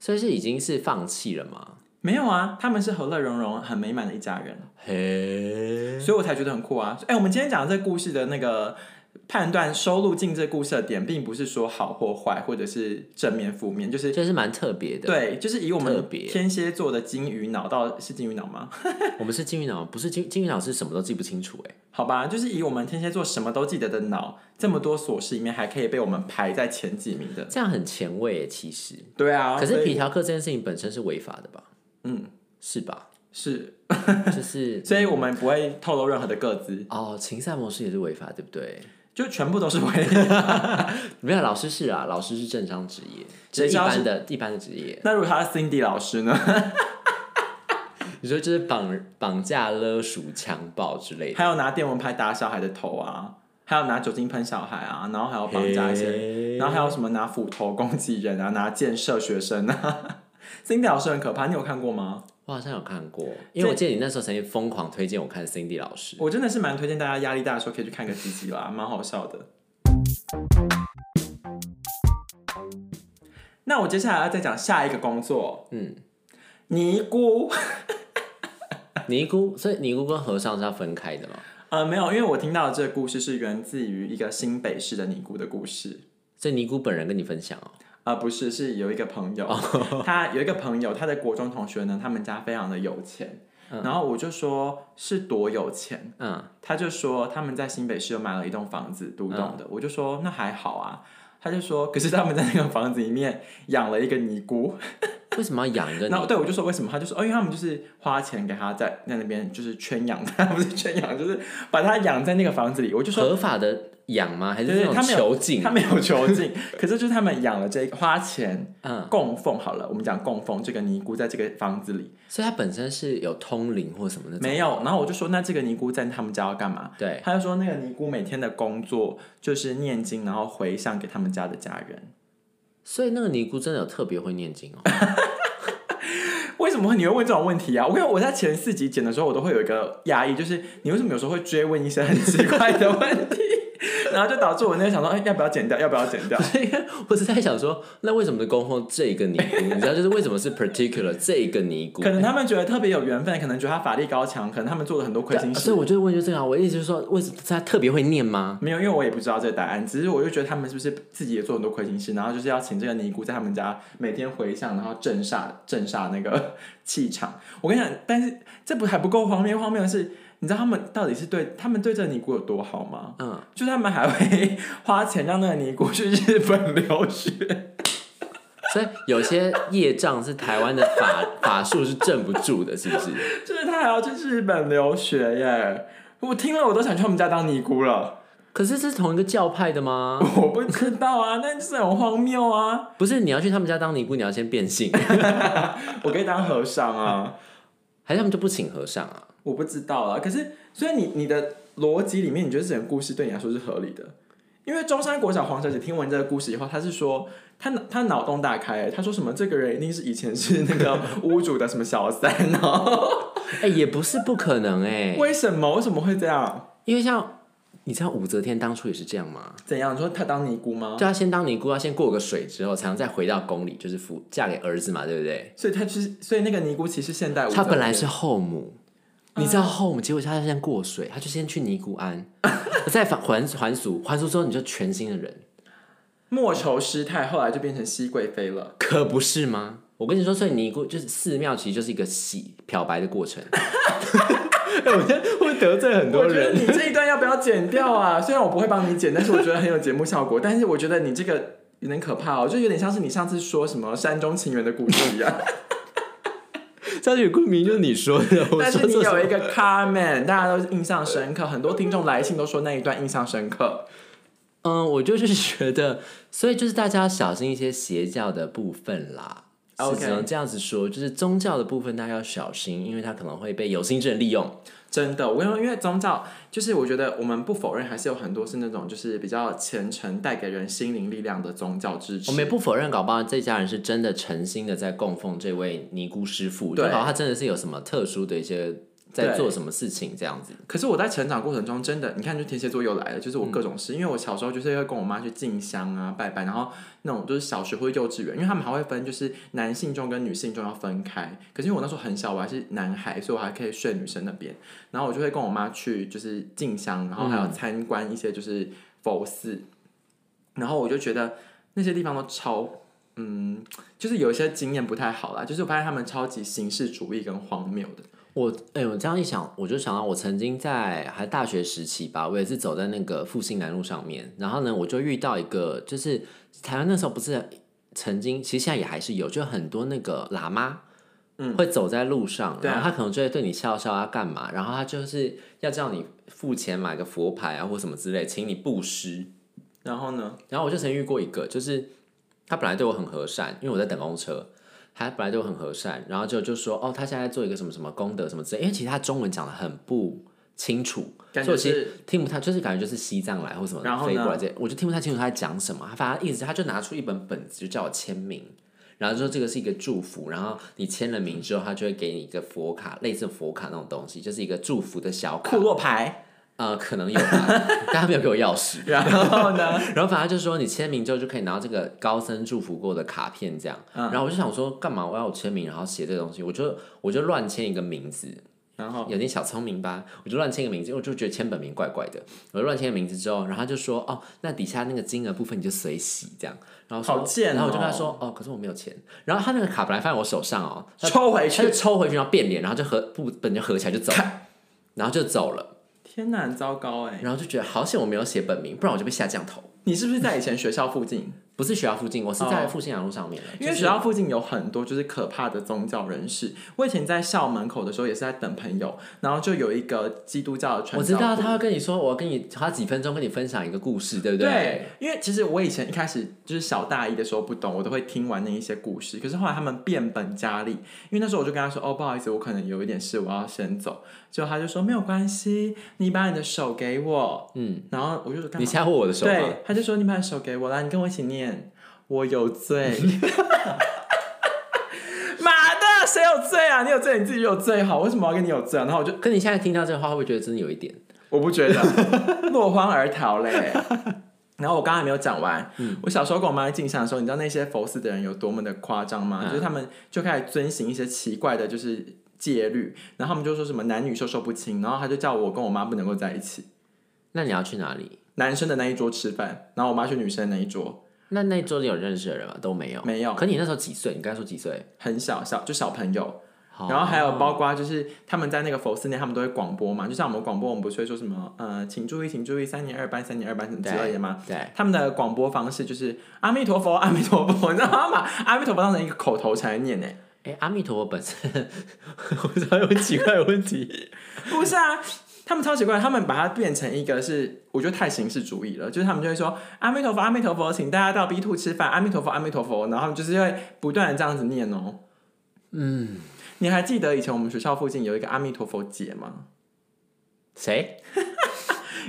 Speaker 2: 所以是已经是放弃了吗？
Speaker 1: 没有啊，他们是和乐融融、很美满的一家人，
Speaker 2: 嘿，
Speaker 1: 所以我才觉得很酷啊。哎、我们今天讲的这故事的那个判断收录进这故事的点，并不是说好或坏，或者是正面负面，就是
Speaker 2: 这是蛮特别的。
Speaker 1: 对，就是以我
Speaker 2: 特
Speaker 1: 们
Speaker 2: 别
Speaker 1: 天蝎座的金鱼脑到是金鱼脑吗？
Speaker 2: 我们是金鱼脑，不是金金鱼脑是什么都记不清楚哎、
Speaker 1: 好吧，就是以我们天蝎座什么都记得的脑，这么多琐事里面还可以被我们排在前几名的。
Speaker 2: 这样很前卫哎、其实。
Speaker 1: 对啊，
Speaker 2: 可
Speaker 1: 所
Speaker 2: 是
Speaker 1: 以
Speaker 2: 皮条客这件事情本身是违法的吧？
Speaker 1: 嗯，
Speaker 2: 是吧？
Speaker 1: 是，
Speaker 2: 就是
Speaker 1: 所以我们不会透露任何的个资。
Speaker 2: 哦，情色模式也是违法，对不对？
Speaker 1: 就全部都是 为。
Speaker 2: 没有，老师是啊，老师是正当职业，
Speaker 1: 谁
Speaker 2: 就是一
Speaker 1: 知道是
Speaker 2: 般的一般的职业。
Speaker 1: 那如果他是 Cindy 老师呢？
Speaker 2: 你说就是绑绑架、勒赎、强暴之类的，
Speaker 1: 还有拿电蚊拍打小孩的头啊，还有拿酒精喷小孩啊，然后还有绑架一些，
Speaker 2: 嘿
Speaker 1: 然后还有什么拿斧头攻击人啊，拿箭射学生啊。Cindy 老师很可怕，你有看过吗？
Speaker 2: 我好像有看过，因为我记得你那时候曾经疯狂推荐我看 Cindy 老师。
Speaker 1: 我真的是蛮推荐大家压力大的时候可以去看个几集啦，蛮好笑的。那我接下来要再讲下一个工作，
Speaker 2: 嗯，
Speaker 1: 尼姑。
Speaker 2: 尼姑，所以尼姑跟和尚是要分开的嘛？
Speaker 1: 呃，没有，因为我听到的这个故事是源自于一个新北市的尼姑的故事。
Speaker 2: 所以尼姑本人跟你分享哦。
Speaker 1: 啊，不是，是有一个朋友，他有一个朋友，他的国中同学呢，他们家非常的有钱，然后我就说是多有钱，
Speaker 2: 嗯，
Speaker 1: 他就说他们在新北市又买了一栋房子，独栋
Speaker 2: 嗯
Speaker 1: 的，我就说那还好啊，他就说可是他们在那个房子里面养了一个尼姑，
Speaker 2: 为什么要养一 个尼
Speaker 1: 然后
Speaker 2: 姑？
Speaker 1: 对我就说为什么，他就说哦，因为他们就是花钱给他在在那边就是圈养他， 不是圈养，就是把他养在那个房子里，我就说
Speaker 2: 合法的养吗？还是
Speaker 1: 对
Speaker 2: 那
Speaker 1: 对他
Speaker 2: 种
Speaker 1: 们有
Speaker 2: 囚禁
Speaker 1: 他？没有囚禁，可是就是他们养了这个花钱
Speaker 2: 嗯，
Speaker 1: 供奉好了，我们讲供奉这个尼姑在这个房子里
Speaker 2: 所以他本身是有通灵或什么的。
Speaker 1: 没有，然后我就说那这个尼姑在他们家要干嘛？
Speaker 2: 对，
Speaker 1: 他就说那个尼姑每天的工作就是念经，然后回向给他们家的家人。
Speaker 2: 所以那个尼姑真的有特别会念经哦。
Speaker 1: 为什么你会问这种问题啊？我跟你讲我在前四集剪的时候，我都会有一个压抑，就是你为什么有时候会追问一些很奇怪的问题， 然后就导致我那天想说，哎、要不要剪掉？要不要剪 掉？
Speaker 2: 所以我是在想说，那为什么供奉这个尼姑？你知道，就是为什么是 particular 这个尼姑
Speaker 1: 可？能他们觉得特别有缘分，可能觉得他法力高强，可能他们做了很多亏心事
Speaker 2: 啊所以。我就问，就这样，我意思就是说，为什么他特别会念吗？
Speaker 1: 没有，因为我也不知道这个答案，只是我就觉得他们是不是自己也做很多亏心事，然后就是要请这个尼姑在他们家每天回向，然后镇煞镇煞那个 气场。我跟你讲，但是这不还不够荒谬，荒谬的是，你知道他们到底是对他们对这个尼姑有多好吗？
Speaker 2: 嗯，
Speaker 1: 就他们还会 花钱让那个尼姑去日本留学，
Speaker 2: 所以有些业障是台湾的法法术是镇不住的，是不是？
Speaker 1: 就是他还要去日本留学耶！我听了我都想去他们家当尼姑了。
Speaker 2: 可是这是同一个教派的吗？
Speaker 1: 我不知道啊，那就是很荒谬啊！
Speaker 2: 不是，你要去他们家当尼姑，你要先变性，
Speaker 1: 我可以当和尚啊，
Speaker 2: 还是他们就不请和尚啊？
Speaker 1: 我不知道啊。可是，所以你你的逻辑里面，你觉得这种故事对你来说是合理的？因为中山国小黄小姐听完这个故事以后，她是说，她脑她脑洞大开，她说什么这个人一定是以前是那个屋主的什么小三哦、
Speaker 2: 哎、也不是不可能哎、
Speaker 1: 为什么为什么会这样？
Speaker 2: 因为像你知道武则天当初也是这样吗？
Speaker 1: 怎样？你说她当尼姑吗？
Speaker 2: 就要先当尼姑，要先过个水之后，才能再回到宫里，就是服嫁给儿子嘛，对不对？
Speaker 1: 所以她就是，所以那个尼姑其实现代武则
Speaker 2: 她
Speaker 1: 天，
Speaker 2: 本来是后母，你知道后母，结果她要先过水，她就先去尼姑庵，再返还还俗，还俗之后你就全新的人，
Speaker 1: 莫愁师太，后来就变成熹贵妃了。
Speaker 2: 可不是吗？我跟你说，所以尼姑就是寺庙，其实就是一个洗漂白的过程。 哎我现在会不会得罪很多
Speaker 1: 我觉
Speaker 2: 人
Speaker 1: 得。你这一段要不要剪掉啊？ 虽然我不会帮你剪，但是我觉得很有节目效果。但是我觉得你这个有点可怕哦，就有点像是你上次说什么山中情缘的故事一样。
Speaker 2: 张雪顾名就是你说的， 我
Speaker 1: 但
Speaker 2: 说
Speaker 1: 是你
Speaker 2: 错什
Speaker 1: 有
Speaker 2: 么
Speaker 1: 一个 comment，大家都印象深刻，很多听众来信都说那一段印象深刻。
Speaker 2: 嗯，我就是 觉得，所以就是大家要小心一些邪教的部分啦。是
Speaker 1: OK
Speaker 2: 只能这样子说，就是宗教的部分大家要小心，因为它可能会被有心之人利用。
Speaker 1: 真的，我跟你说，因为宗教就是我觉得我们不否认，还是有很多是那种就是比较虔诚、带给人心灵力量的宗教支持。
Speaker 2: 我们也不否认，搞不好这家人是真的诚心的在供奉这位尼姑师傅，
Speaker 1: 对
Speaker 2: 就搞不好他真的是有什么特殊的一些在做什么事情这样子。
Speaker 1: 可是我在成长过程中，真的，你看，就天蝎座又来了，就是我各种事，因为我小时候就是会跟我妈去进香啊、拜拜，然后那种就是小学或者幼稚园，因为他们还会分，就是男性众跟女性众要分开。可是因为我那时候很小，我还是男孩，所以我还可以睡女生那边，然后我就会跟我妈去就是进香，然后还有参观一些就是佛寺，然后我就觉得那些地方都超。嗯，就是有一些经验不太好啦，就是我发现他们超级形式主义跟荒谬的。
Speaker 2: 我哎、我这样一想，我就想到我曾经在还大学时期吧，我也是走在那个复兴南路上面，然后呢，我就遇到一个，就是台湾那时候不是曾经，其实现在也还是有，就很多那个喇嘛，
Speaker 1: 嗯，
Speaker 2: 会走在路上，
Speaker 1: 对啊
Speaker 2: 然后他可能就会对你笑笑啊，干嘛，然后他就是要叫你付钱买个佛牌啊，或什么之类，请你布施。
Speaker 1: 然后呢？
Speaker 2: 然后我就曾遇过一个，就是他本来对我很和善，因为我在等公车，他本来对我很和善，然后就就说哦，他现在在做一个什么什么功德什么之类，因为其实他中文讲的很不清楚，
Speaker 1: 感
Speaker 2: 所以
Speaker 1: 觉
Speaker 2: 我其
Speaker 1: 是
Speaker 2: 实听不太，就是感觉就是西藏来或什么
Speaker 1: 然后呢
Speaker 2: 飞过来这些，我就听不太清楚他在讲什么。他反正一直他就拿出一本本子，就叫我签名。然后就说这个是一个祝福，然后你签了名之后，他就会给你一个佛卡，类似佛卡那种东西，就是一个祝福的小卡
Speaker 1: 库，洛牌，
Speaker 2: 呃，可能有吧， 但他没有给我钥匙。
Speaker 1: 然后呢？
Speaker 2: 然后反正就说你签名之后就可以拿到这个高僧祝福过的卡片这样。
Speaker 1: 嗯
Speaker 2: 然后我就想说，干嘛我要我签名，然后写这个东西？我就我就乱签一个名字，
Speaker 1: 嗯然后
Speaker 2: 有点小聪明吧？我就乱签一个名字，因为我就觉得签本名怪怪的。我就乱签个名字之后，然后他就说哦，那底下那个金额部分你就随喜这样。然后说
Speaker 1: 好贱哦
Speaker 2: 然后我就跟他说哦，可是我没有钱。然后他那个卡本来放在我手上哦，他
Speaker 1: 抽回
Speaker 2: 他就
Speaker 1: 去。
Speaker 2: 抽回去，然后变脸，然后就合不本就合起来就走，然后就走了。
Speaker 1: 天哪，很糟糕哎！
Speaker 2: 然后就觉得好险我没有写本名，不然我就被下降头。
Speaker 1: 你是不是在以前学校附近？
Speaker 2: 不是学校附近，我是在
Speaker 1: 哦
Speaker 2: 复兴南路上面的。
Speaker 1: 因为
Speaker 2: 就
Speaker 1: 学
Speaker 2: 是
Speaker 1: 校附近有很多就是可怕的宗教人士。我以前在校门口的时候也是在等朋友，然后就有一个基督教的传
Speaker 2: 我知
Speaker 1: 教
Speaker 2: 道
Speaker 1: 徒
Speaker 2: 他会跟你说，我要跟你花几分钟跟你分享一个故事，对不对？
Speaker 1: 对，因为其实我以前一开始就是小大一的时候不懂，我都会听完那一些故事。可是后来他们变本加厉，因为那时候我就跟他说：“哦，不好意思，我可能有一点事，我要先走。”结果他就说：“没有关系，你把你的手给我。”
Speaker 2: 嗯，
Speaker 1: 然后我就说：“干嘛
Speaker 2: 你现在握我的手吗？
Speaker 1: 对，他就说你把手给我啦，你跟我一起念，我有罪。妈的，谁有罪啊？你有罪，你自己有罪好，为什么我要跟你有罪啊？然后我就
Speaker 2: 可你现在听到这个话，会不会觉得真的有一点？
Speaker 1: 我不觉得， 落荒而逃嘞。然后我刚刚还没有讲完，我小时候跟我妈进香的时候，你知道那些佛寺的人有多么的夸张吗？
Speaker 2: 嗯
Speaker 1: 就是他们就开始遵行一些奇怪的，就是戒律，然后他们就说什么男女授受不亲，然后他就叫我跟我妈不能够在一起，
Speaker 2: 那你要去哪里？
Speaker 1: 男生的那一桌吃饭，然后我妈去女生的那一桌，
Speaker 2: 那那一桌有认识的人吗？都没有，
Speaker 1: 没有
Speaker 2: 可你那时候几岁？你刚才说几岁？
Speaker 1: 很小小就小朋友，
Speaker 2: 好
Speaker 1: 然后还有包括就是他们在那个佛寺内，他们都会广播嘛，就像我们广播，我们不是会说什么呃，请注意，请注意，三年二班，三年二班什么之类的吗？？
Speaker 2: 对对，
Speaker 1: 他们的广播方式就是阿弥陀佛，阿弥陀佛，你知道吗？阿弥陀佛当成一个口头禅念呢。
Speaker 2: 哎，阿弥陀佛本身，我想有奇怪的问题。
Speaker 1: 不是啊，他们超奇怪，他们把它变成一个是，我觉得太形式主义了，就是他们就会说阿弥陀佛，阿弥陀佛，请大家到 B two 吃饭，阿弥陀佛，阿弥陀佛，然后他们就是会不断的这样子念哦。嗯，你还记得以前我们学校附近有一个阿弥陀佛节吗？
Speaker 2: 谁？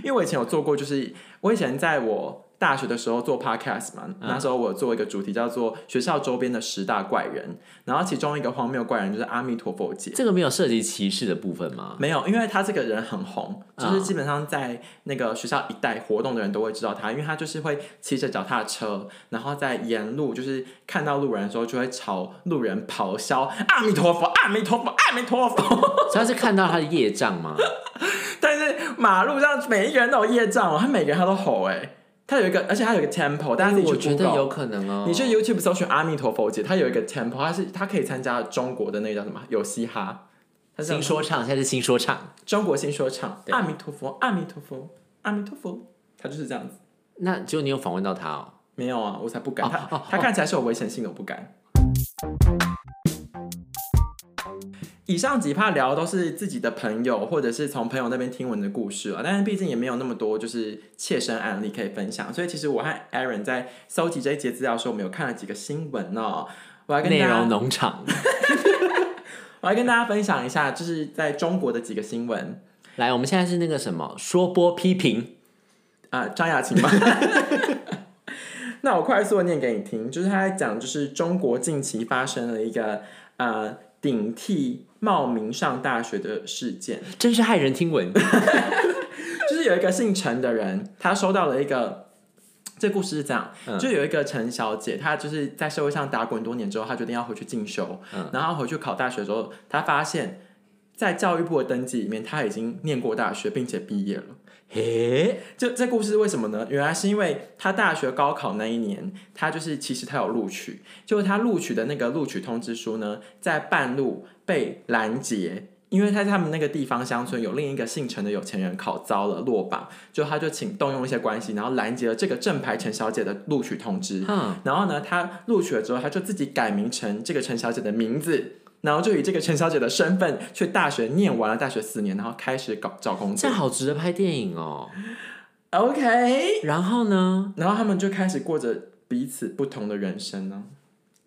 Speaker 1: 因为我以前有做过，就是我以前在我大学的时候做 podcast 嘛，那时候我有做一个主题叫做学校周边的十大怪人，然后其中一个荒谬怪人就是阿弥陀佛节。
Speaker 2: 这个没有涉及歧视的部分吗？
Speaker 1: 没有，因为他这个人很红，
Speaker 2: 嗯
Speaker 1: 就是基本上在那个学校一带活动的人都会知道他，因为他就是会骑着脚踏车，然后在沿路就是看到路人的时候，就会朝路人咆哮“阿弥陀佛，阿弥陀佛，阿弥陀佛
Speaker 2: 所以他是看到他的业障 吗？”。
Speaker 1: 但是马路上每一个人都有业障哦，他每个人他都吼哎、他有一个，而且他有一个 temple，大家自己去
Speaker 2: 哎我觉得
Speaker 1: Google
Speaker 2: 有可能哦。
Speaker 1: 你去 YouTube 搜寻阿弥陀佛节，它有一个 temple，它是它可以参加中国的那个叫什么有嘻哈，它是
Speaker 2: 新说唱，现在是新说唱。
Speaker 1: 中国新说唱，
Speaker 2: 对
Speaker 1: 阿弥陀佛，阿弥陀佛，阿弥陀佛，他就是这样子。
Speaker 2: 那结果你有访问到他哦？
Speaker 1: 没有啊，我才不敢。
Speaker 2: 哦
Speaker 1: 他
Speaker 2: 哦
Speaker 1: 他看起来是有危险性的，我不敢。以上几趴聊的都是自己的朋友或者是从朋友那边听闻的故事啊，但是毕竟也没有那么多就是切身案例可以分享，所以其实我和 Aaron 在搜集这一节资料的时候，我们有看了几个新闻哦。我来跟大
Speaker 2: 内
Speaker 1: 家
Speaker 2: 容农场，
Speaker 1: 我来跟大家分享一下，就是在中国的几个新闻
Speaker 2: 来，我们现在是那个什么说播批评，
Speaker 1: 啊、张雅琴吗？ 那我快速的念给你听，就是他在讲，就是中国近期发生了一个呃顶替冒名上大学的事件，
Speaker 2: 真是骇人 听闻。
Speaker 1: 就是有一个姓陈的人，他收到了一个。这故事是这样，就有一个陈小姐，她就是在社会上打滚多年之后，她决定要回去进修，然后回去考大学之后，她发现，在教育部的登记里面，她已经念过大学并且毕业了。
Speaker 2: 嘿，
Speaker 1: 就这故事是为什么呢？原来是因为他大学高考那一年，他就是其实他有录取，就是他录取的那个录取通知书呢，在半路被拦截。因为他在他们那个地方乡村有另一个姓陈的有钱人考糟了落榜，就他就请动用一些关系，然后拦截了这个正牌陈小姐的录取通知。
Speaker 2: 嗯，
Speaker 1: 然后呢，他录取了之后，他就自己改名成这个陈小姐的名字，然后就以这个陈小姐的身份去大学念完了大学四年，然后开始搞找工
Speaker 2: 这
Speaker 1: 作
Speaker 2: 样。好值得拍电影哦。
Speaker 1: OK，
Speaker 2: 然后呢？
Speaker 1: 然后他们就开始过着彼此不同的人生呢、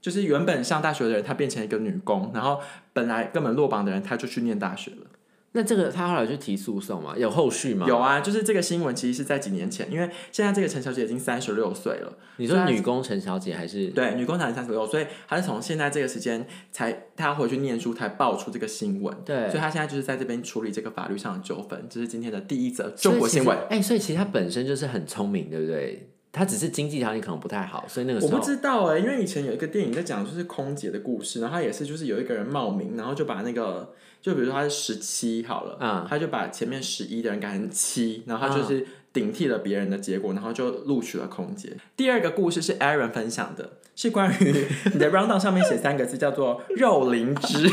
Speaker 1: 就是原本上大学的人，她变成一个女工，然后本来根本落榜的人，她就去念大学了。
Speaker 2: 那这个他后来就提诉讼嘛，有后续吗？
Speaker 1: 有啊，就是这个新闻其实是在几年前，因为现在这个陈小姐已经三十六岁了，
Speaker 2: 你
Speaker 1: 虽
Speaker 2: 说
Speaker 1: 然
Speaker 2: 女工陈小姐还是
Speaker 1: 对，女工才三十六，所以她是从现在这个时间才她回去念书才爆出这个新闻，
Speaker 2: 对
Speaker 1: 所以她现在就是在这边处理这个法律上的纠纷，这是今天的第一则中国新闻。？
Speaker 2: 所以其实哎、所以其实她本身就是很聪明，对不对？她只是经济条件可能不太好，所以那个
Speaker 1: 我
Speaker 2: 时
Speaker 1: 不
Speaker 2: 候
Speaker 1: 知道哎、因为以前有一个电影在讲就是空姐的故事，然后她也是就是有一个人冒名，然后就把那个就比如说他是十七好了，
Speaker 2: 嗯
Speaker 1: 他就把前面十一的人改成七，然后他就是顶替了别人的结果，然后就录取了空姐。第二个故事是 Aaron 分享的，是关 于你的 round down 上面写三个字叫做肉灵芝。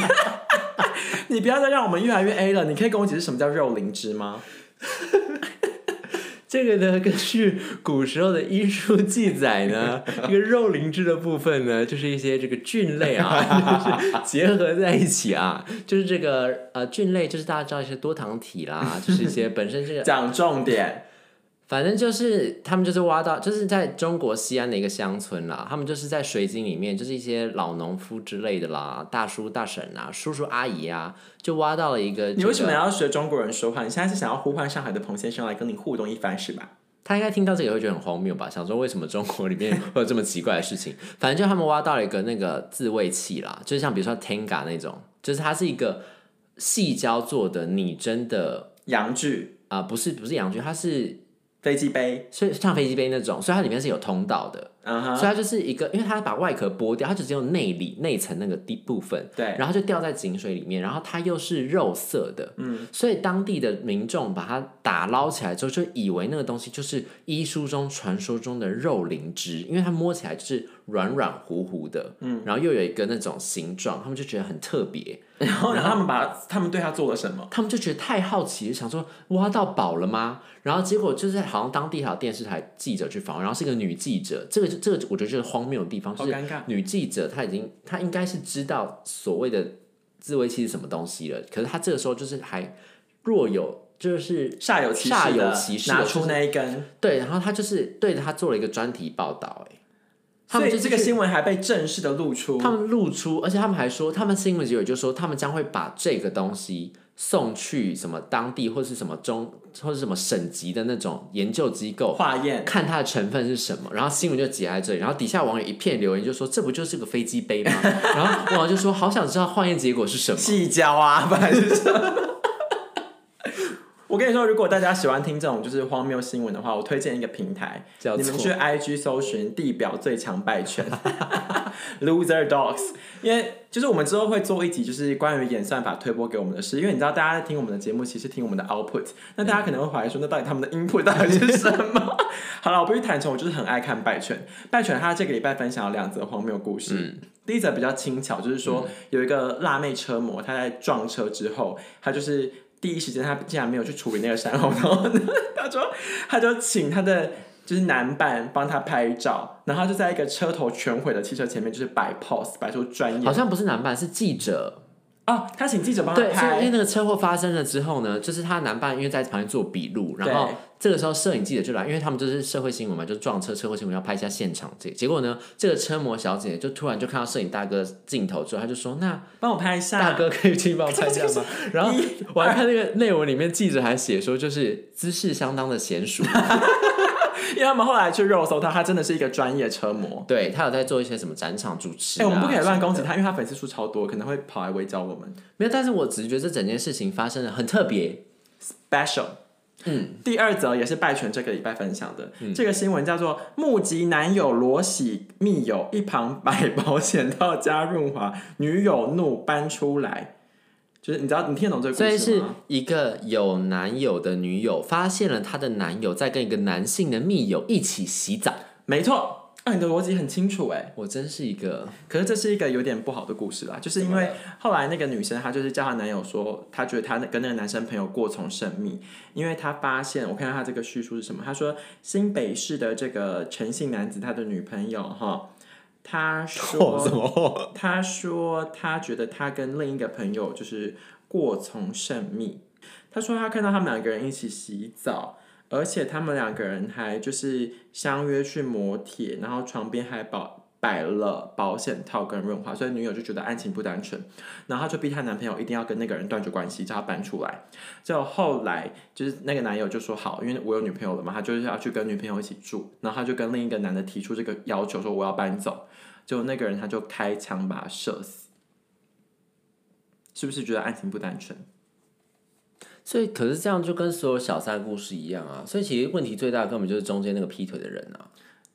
Speaker 1: 你不要再让我们越来越 A 了，你可以跟我解释什么叫肉灵芝吗？
Speaker 2: 这个呢，根据古时候的医书记载 呢，这个肉灵芝的部分呢，就是一些这个菌类啊， 就是结合在一起啊，就是这个呃菌类，就是大家知道一些多糖 体啦，就是一些本身这个
Speaker 1: 讲重点，
Speaker 2: 反正就是他们就是挖到，就是在中国西安的一个乡村啦，他们就是在水井里面，就是一些老农夫之类的啦，大叔大婶啊，叔叔阿姨啊，就挖到了一个、这个。
Speaker 1: 你为什么？要学中国人说话？你现在是想要呼唤上海的彭先生来跟你互动一番是吧？
Speaker 2: 他应该听到这个会觉得很荒谬吧？想说为什么中国里面会有这么奇怪的事情？反正就他们挖到了一个那个自慰器啦，就是像比如说 Tenga 那种，就是它是一个细胶做的拟真的
Speaker 1: 洋剧、
Speaker 2: 啊、不是不是洋具，它是
Speaker 1: 飞机杯，
Speaker 2: 所以像飞机杯那种，所以它里面是有通道的。
Speaker 1: 嗯
Speaker 2: 所
Speaker 1: 哼，
Speaker 2: 以它就是一个，因为它把外壳剥掉，它就只有内里内层那个地部分，
Speaker 1: 对
Speaker 2: 然后就掉在井水里面，然后它又是肉色的，嗯，所以当地的民众把它打捞起来之后，就以为那个东西就是医书中传说中的肉灵芝，因为它摸起来就是软软糊糊的，嗯，然后又有一个那种形状，他们就觉得很特别，
Speaker 1: 然后呢，他们把他们对他做了什么？
Speaker 2: 他们就觉得太好奇，想说挖到宝了吗？然后结果就是好像当地还有电视台记者去访问，然后是一个女记者，这个就这个我觉得就是荒谬的地方，就
Speaker 1: 好
Speaker 2: 是
Speaker 1: 尴尬，
Speaker 2: 女记者她已经她应该是知道所谓的自慰期是什么东西了，可是她这个时候就是还若有就是
Speaker 1: 煞有其
Speaker 2: 煞
Speaker 1: 事
Speaker 2: 有
Speaker 1: 的
Speaker 2: 其事
Speaker 1: 拿
Speaker 2: 的就
Speaker 1: 出
Speaker 2: 是
Speaker 1: 那一根，
Speaker 2: 对，然后他就是对着他做了一个专题报道、哎，他
Speaker 1: 所
Speaker 2: 们
Speaker 1: 以
Speaker 2: 就是
Speaker 1: 这个
Speaker 2: 去
Speaker 1: 新闻还被正式的露出。
Speaker 2: 他们露出，而且他们还说，他们新闻结尾就说，他们将会把这个东西送去什么当地或是什么中或是什么省级的那种研究机构，
Speaker 1: 化验，
Speaker 2: 看它的成分是什么。然后新闻就截在这里，然后底下网友一片留言就说，这不就是个飞机杯吗？ 然后网友就说，好想知道化验结果是什么。
Speaker 1: 细胶啊，本来就是 这样。我跟你说，如果大家喜欢听这种就是荒谬新闻的话，我推荐一个平台
Speaker 2: 叫，
Speaker 1: 你们
Speaker 2: 做
Speaker 1: 去 IG 搜寻“地表最强败犬 ”（Loser Dogs），因为就是我们之后会做一集，就是关于演算法推播给我们的事。因为你知道，大家在听我们的节目，其实听我们的 output，那
Speaker 2: 嗯
Speaker 1: 大家可能会怀疑说，那到底他们的 input 到底是什么？好了，我必须坦诚，我就是很爱看败犬。败犬它这个礼拜分享了两则荒谬故事。
Speaker 2: 嗯
Speaker 1: 第一则比较轻巧，就是说有一个辣妹车模，她在撞车之后，她就是第一时间她竟然没有去处理那个山后，然后呢 她说她就请她的就是男伴帮她拍照，然后她就在一个车头全毁的汽车前面就是摆 pose，摆出专业
Speaker 2: 好像不是男伴，是记者。
Speaker 1: 哦，她请记者帮她
Speaker 2: 对，所以因为
Speaker 1: 拍，
Speaker 2: 那个车祸发生了之后呢，就是他男伴因为在旁边做笔录，然后
Speaker 1: 对
Speaker 2: 这个时候摄影记者就来，因为他们就是社会新闻嘛，就是撞车车祸新闻要拍一下现场结。结果呢，这个车模小姐就突然就看到摄影大哥镜头之后，她就说：“那
Speaker 1: 帮我拍一下。
Speaker 2: 大哥可以去帮我拍一下吗？”然后我还看那个内文里面，记者还写说，就是姿势相当的 娴熟，
Speaker 1: 因为他们后来去肉搜她，她真的是一个专业车模。
Speaker 2: 对他有在做一些什么展场主持、
Speaker 1: 哎、
Speaker 2: 啊。
Speaker 1: 我们不可以乱攻
Speaker 2: 什
Speaker 1: 击
Speaker 2: 么的。
Speaker 1: 她，因为她粉丝数超多，可能会跑来围剿我们。
Speaker 2: 没有，但是我只是觉得这整件事情发生的很特别。
Speaker 1: special。嗯，第二则也是拜权这个礼拜分享的，
Speaker 2: 嗯
Speaker 1: 这个新闻叫做“目击男友裸洗密友，一旁买保险套加润滑，女友怒搬出来”，就是你知道你听得懂这个
Speaker 2: 所以
Speaker 1: 故事
Speaker 2: 是
Speaker 1: 吗？
Speaker 2: 一个有男友的女友发现了她的男友在跟一个男性的密友一起洗澡，
Speaker 1: 没错，啊，你的逻辑很清楚哎。
Speaker 2: 我真是一个
Speaker 1: 可是这是一个有点不好的故事啦，就是因
Speaker 2: 怎么
Speaker 1: 为
Speaker 2: 了
Speaker 1: 后来那个女生她就是叫她男友说，她觉得她跟那个男生朋友过从甚密，因为她发现我看到她这个叙述是什么，她说新北市的这个陈姓男子他的女朋友哈，他 说
Speaker 2: 么？
Speaker 1: 他说他觉得他跟另一个朋友就是过从甚密，他说他看到他们两个人一起洗澡。而且他们两个人还就是相约去磨铁，然后床边还保摆了保险套跟润滑，所以女友就觉得爱情不单纯，然后她就逼她男朋友一定要跟那个人断绝关系，叫他搬出来。就后来就是那个男友就说好，因为我有女朋友了嘛，他就是要去跟女朋友一起住，然后他就跟另一个男的提出这个要求，说我要搬走，就那个人他就开枪把他射死。是不是觉得爱情不单纯？
Speaker 2: 所以可是这样就跟所有小三故事一样啊，所以其实问题最大的根本就是中间那个劈腿的人啊。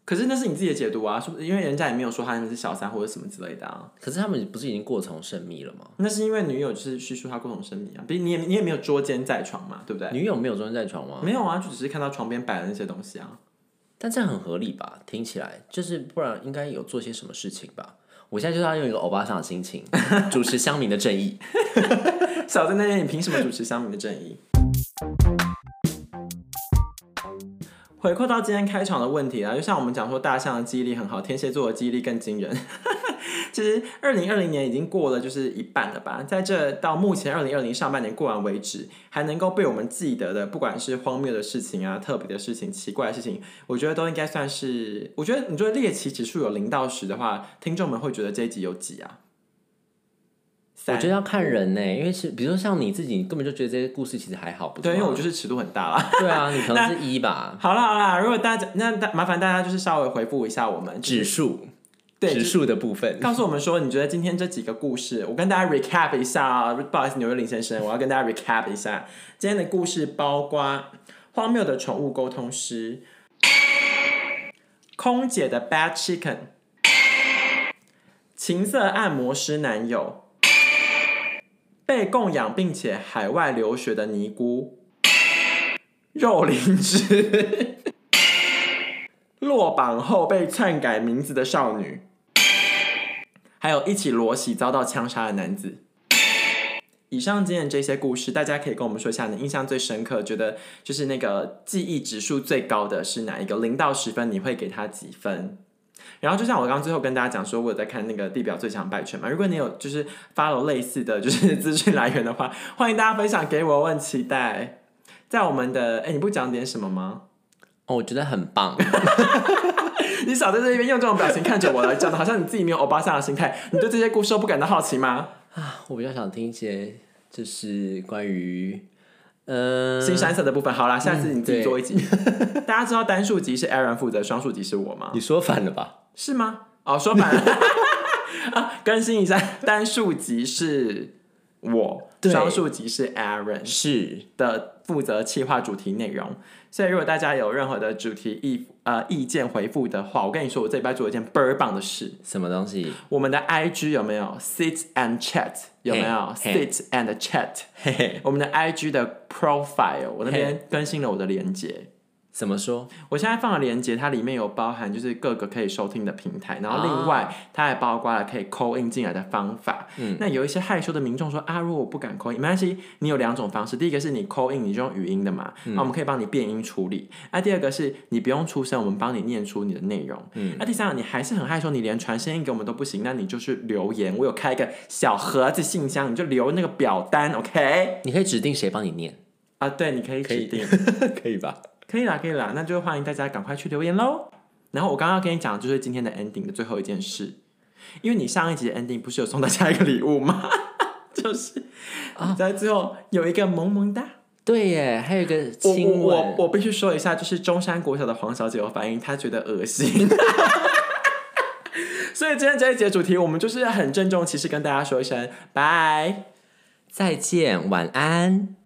Speaker 1: 可是那是你自己的解读啊，是不是？因为人家也没有说他们是小三或者什么之类的啊。
Speaker 2: 可是他们不是已经过从甚密了吗？
Speaker 1: 那是因为女友就是叙述她过同生命啊，毕竟你也你也没有捉奸在床嘛，对不对？
Speaker 2: 女友没有中间在床吗？
Speaker 1: 没有啊，就只是看到床边摆的那些东西啊。
Speaker 2: 但这样很合理吧？听起来就是不然应该有做些什么事情吧？我现在就是要用一个欧巴桑的 心情主持乡民的正义。
Speaker 1: 小在那边，你凭什么主持乡民的正义？回扣到今天开场的问题啊，就像我们讲说，大象的记忆力很好，天蝎座的记忆力更惊人。 其实，二零二零年已经过了就是一半了吧，在这到目前二零二零上半年过完为止，还能够被我们记得的，不管是荒谬的事情啊、特别的事情、奇怪的事情，我觉得都应该算是。我觉得你觉得猎奇指数有零到十的话，听众们会觉得这一集有几啊？
Speaker 2: 我
Speaker 1: 三
Speaker 2: 觉得要看人呢、因为是比如说像你自己，你根本就觉得这些故事其实还好，不是
Speaker 1: 对，因为
Speaker 2: 吗
Speaker 1: 我就是尺度很大啦。
Speaker 2: 对啊，你可能是一吧，
Speaker 1: 好啦好啦，如果大家那大麻烦大家就是稍微回复一下我们，
Speaker 2: 指数，
Speaker 1: 对
Speaker 2: 指数的部分。
Speaker 1: 告诉我们说你觉得今天这几个故事，我跟大家 recap 一下啊，不好意思，纽约林先生，我要跟大家 recap 一下今天的故事，包括荒谬的宠物沟通师，空姐的 bad chicken，情色按摩师男友，被供养并且海外留学的尼姑，肉灵芝。落榜后被篡改名字的少女，还有一起裸洗遭到枪杀的男子。以上今天的这些故事，大家可以跟我们说一下，你印象最深刻，觉得就是那个记忆指数最高的是哪一个？零到十分，你会给他几分？然后就像我刚刚最后跟大家讲说，我有在看那个地表最强百犬嘛。如果你有就是 follow 类似的就是资讯来源的话，欢迎大家分享给我，我很期待。在我们的哎，你不讲点什么吗？
Speaker 2: 哦，我觉得很棒。
Speaker 1: 你少在这边用这种表情看着我了，讲的好像你自己没有欧巴桑的心态。你对这些故事都不感到好奇吗？
Speaker 2: 啊我比较想听一些，就是关于，呃，
Speaker 1: 新山色的部分，好啦，下次你自己做一集。 大家知道单数集是 Aaron 负责，双数集是我吗？
Speaker 2: 你说反了吧？
Speaker 1: 是吗？哦，说 反了啊！更新一下，单数集是我，
Speaker 2: 对
Speaker 1: 双数集是 Aaron
Speaker 2: 是，
Speaker 1: 的负责企划主题内容。所以如果大家有任何的主题意呃意见回复的话，我跟你说，我这礼拜做了一件倍儿棒的事。
Speaker 2: 什么东西？
Speaker 1: 我们的 IG 有没有 sit and chat？有没有
Speaker 2: 嘿
Speaker 1: sit and chat？
Speaker 2: 嘿嘿，
Speaker 1: 我们的 IG 的 profile，我那边更新了我的连接。
Speaker 2: 怎么说？
Speaker 1: 我现在放的连接，它里面有包含就是各个可以收听的平台，然后
Speaker 2: 啊
Speaker 1: 另外它还包括了可以 call in 进来的方法。那有一些害羞的民众说啊，如果我不敢 call in，没关系，你有两种方式，第一个是你 call in，你就用语音的嘛，那、我们可以帮你变音处理；那、第二个是你不用出声，我们帮你念出你的内容；那、第三个你还是很害羞，你连传声音给我们都不行，那你就是留言，我有开一个小盒子信箱，你就留那个表单，OK？
Speaker 2: 你可以指定谁帮你念，
Speaker 1: 啊，对，你可以指定。
Speaker 2: 可以吧？
Speaker 1: 可以啦，可以啦，那就欢迎大家赶快去留言喽。然后我刚刚跟你讲，就是今天的 ending 的最后一件事，因为你上一集的 ending 不是有送大家一个礼物吗？ 就是你在最后有一个萌萌哒。
Speaker 2: 对耶，还有一个
Speaker 1: 我
Speaker 2: 亲
Speaker 1: 我我
Speaker 2: 吻，
Speaker 1: 我必须说一下，就是中山国小的黄小姐有反映，她觉得恶心。 所以今天这一节主题，我们就是很郑重其事跟大家说一声拜。
Speaker 2: 再见，晚安。